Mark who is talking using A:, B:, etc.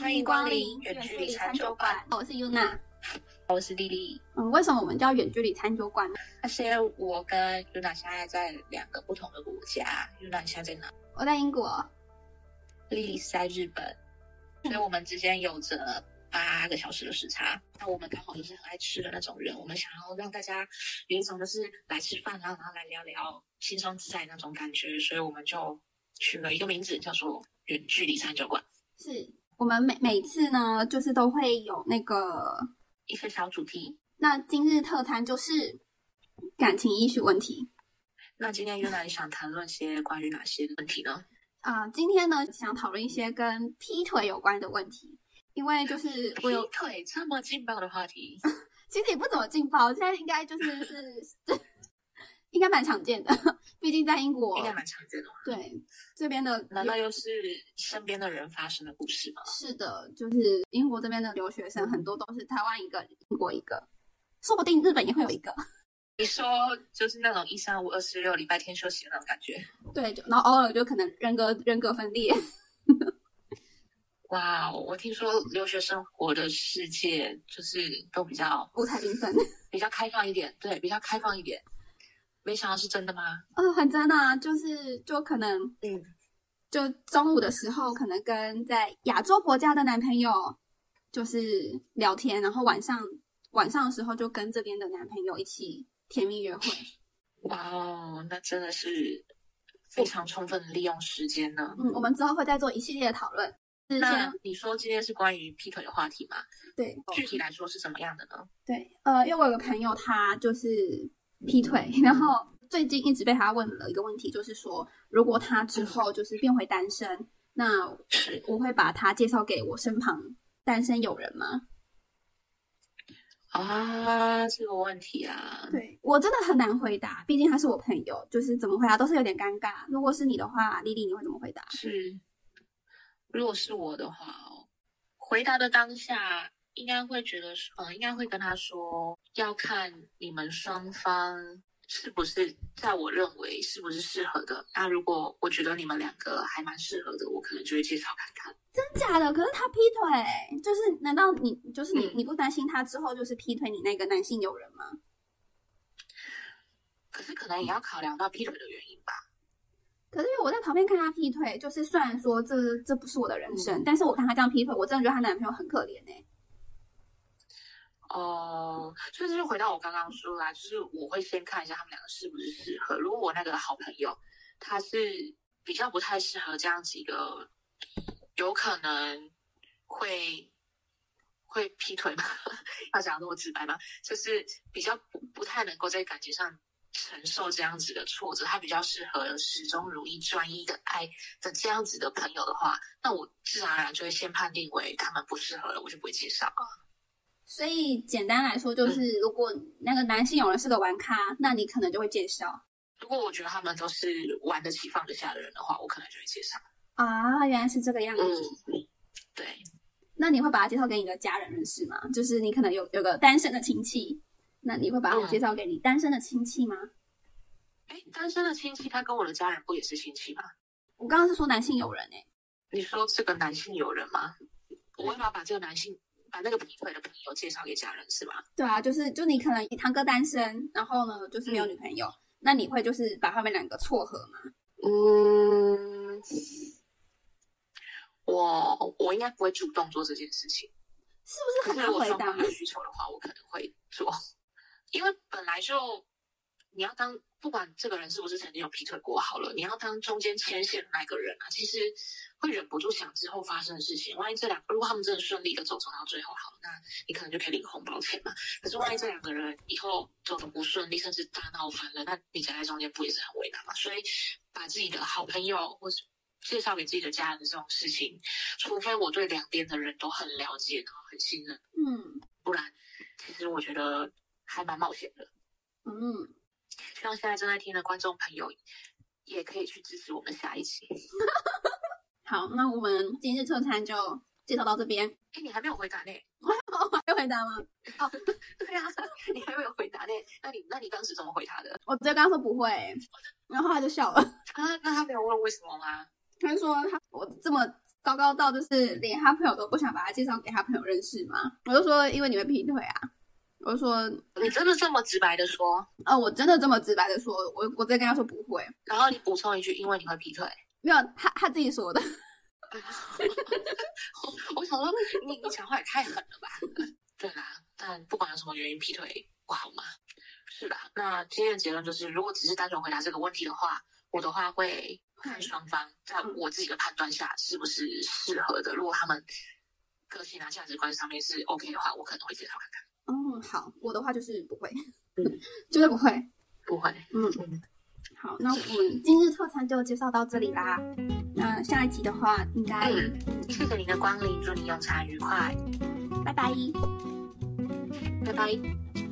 A: 欢迎光临远距离餐酒馆，
B: 哦我是 Yuna。
A: 我是丽丽。
B: 嗯，为什么我们叫远距离餐酒馆呢？
A: 那是因为我跟 Yuna 现在在两个不同的国家，Yuna 你现在在哪？
B: 我在英国，
A: 丽丽是在日本，所以
B: 嗯
A: 我们之间有着八个小时的时差。那我们刚好就是很爱吃的那种人，我们想要让大家有一种就是来吃饭，啊然后然后来聊聊轻松自在那种感觉，所以我们就取了一个名字叫做远距离餐酒馆。
B: 是我们每每次呢，就是都会有那个。
A: 一个小主题，
B: 那今日特餐就是感情医学问题
A: 那今天 Yuna 你想谈论些关于哪些问题呢？
B: 啊、今天呢，想讨论一些跟劈腿有关的问题，因为就是我有
A: 劈腿这么劲爆的话题，
B: 其实也不怎么劲爆，现在应该就是 是应该蛮常见的，毕竟在英国
A: 应，该蛮常见的吧。
B: 对这边的
A: 难道又是身边的人发生的故事吗？
B: 是的，就是英国这边的留学生很多都是台湾一个，英国一个，说不定日本也会有一个。
A: 你说就是那种一三五二四六礼拜天休息的那种感觉？
B: 对，就然后偶尔就可能人格人格分裂。
A: 哇哦，我听说留学生活的世界就是都比较
B: 五彩缤纷。
A: 比较开放一点，对，比较开放一点。没想到是真的吗？
B: 嗯，很真的、啊，就是就可能
A: 嗯，
B: 就中午的时候，可能跟在亚洲国家的男朋友就是聊天，然后晚上晚上的时候就跟这边的男朋友一起甜蜜约会。
A: 哇哦，那真的是非常充分的利用时间呢。
B: 嗯，我们之后会再做一系列的讨论。是啊哦
A: 那
B: 先
A: 你说今天是关于劈腿的话题吗？
B: 对
A: 具体来说是怎么样的呢？
B: 对，呃，因为我有个朋友，他就是劈腿， 然后最近一直被他问了一个问题，就是说，如果他之后就是变回单身，那
A: 是
B: 我会把他介绍给我身旁单身友人吗？
A: 啊，这个问题啊，
B: 对我真的很难回答，毕竟他是我朋友，就是怎么回答都是有点尴尬。如果是你的话，丽丽你会怎么回答？
A: 是，如果是我的话哦，回答的当下应该会觉得说，呃，应该会跟他说，要看你们双方是不是在我认为是不是适合的。那如果我觉得你们两个还蛮适合的，我可能就会介绍看看。
B: 真假的？可是他劈腿，就是难道你就是你
A: 嗯
B: 你不担心他之后就是劈腿你那个男性友人吗？
A: 可是可能也要考量到劈腿的原因吧。
B: 可是因为我在旁边看她劈腿，就是虽然说这这不是我的人
A: 嗯
B: 生，但是我看她这样劈腿，我真的觉得她男朋友很可怜哎、
A: 哦，所以这就回到我刚刚说啦，就是我会先看一下他们两个适不是适合。如果我那个好朋友他是比较不太适合这样子一个，有可能会会劈腿吗？ 要讲得那么直白吗？就是比较不不太能够在感情上承受这样子的挫折，他比较适合始终如一、专一的爱的这样子的朋友的话，那我自然而然就会先判定为他们不适合了，我就不会介绍啊。
B: 所以简单来说，
A: 嗯
B: 就是如果那个男性友人是个玩咖，那你可能就会介绍
A: 如果我觉得他们都是玩得起、放得下的人的话，我可能就会介绍。
B: 啊，原来是这个样子。
A: 嗯，对，
B: 那你会把他介绍给你的家人认识吗？就是你可能有有个单身的亲戚，那你会把他
A: 嗯
B: 介绍给你单身的亲戚吗？
A: 哎，单身的亲戚他跟我的家人不也是亲戚吗？
B: 我刚刚是说男性友人哎、
A: 你说这个男性友人吗？我要把这个男性，把那个劈腿的朋友介绍给家人是吗？
B: 对啊，就是就你可能你堂哥单身，然后呢就是没有女朋友，那你会就是把他们两个撮合吗？
A: 嗯，我我应该不会主动做这件事情。
B: 是不
A: 可
B: 是
A: 是
B: 很难
A: 如果
B: 回
A: 双
B: 答
A: 方？有需求的话，我可能会做，因为本来就你要当不管这个人是不是曾经有劈腿过，好了，你要当中间牵线的那个人啊，其实会忍不住想之后发生的事情。万一这两如果他们真的顺利的走走到最后，好，那你可能就可以领红包钱嘛。可是万一这两个人以后走的不顺利，甚至大闹翻了，那你夹在中间不也是很为难嘛？所以把自己的好朋友或是介绍给自己的家人的这种事情，除非我对两边的人都很了解，然后很信任。
B: 嗯
A: 不然其实我觉得还蛮冒险的。
B: 嗯。
A: 希望现在正在听的观众朋友也可以去支持我们下一期。
B: 好，那我们今日特餐就介绍到这边。
A: 哎，你还没有回答呢？
B: 要回答吗？
A: 哦，对啊，你还没有回答呢。那你那你当时怎么回答的？
B: 我直接跟他说不会、欸然后他就笑了。
A: 啊，那他没有问为什么吗？
B: 他就说他我这么糟糕到就是连他朋友都不想把他介绍给他朋友认识吗？我就说因为你会劈腿啊，我就说
A: 你真的这么直白的说？
B: 呃，我真的这么直白的说，我我直接跟他说不会，
A: 然后你补充一句，因为你会劈腿。
B: 没有他他自己说的，
A: 我我想说，你你讲话也太狠了吧？对啦，但不管有什么原因，劈腿不好嘛。是啦，那今天的结论就是，如果只是单纯回答这个问题的话，我的话会看双方在我自己的判断下是不是适合的。如果他们个性啊、价值观上面是 OK 的话，我可能会介绍看看。
B: 嗯，好，我的话就是不会，
A: 嗯，
B: 绝对不会，
A: 不会，
B: 嗯
A: 嗯，
B: 好，那我们今日特餐就介绍到这里啦。那下一集的话，应该
A: 嗯谢谢您的光临，祝您用餐愉快，
B: 拜拜。
A: 拜拜。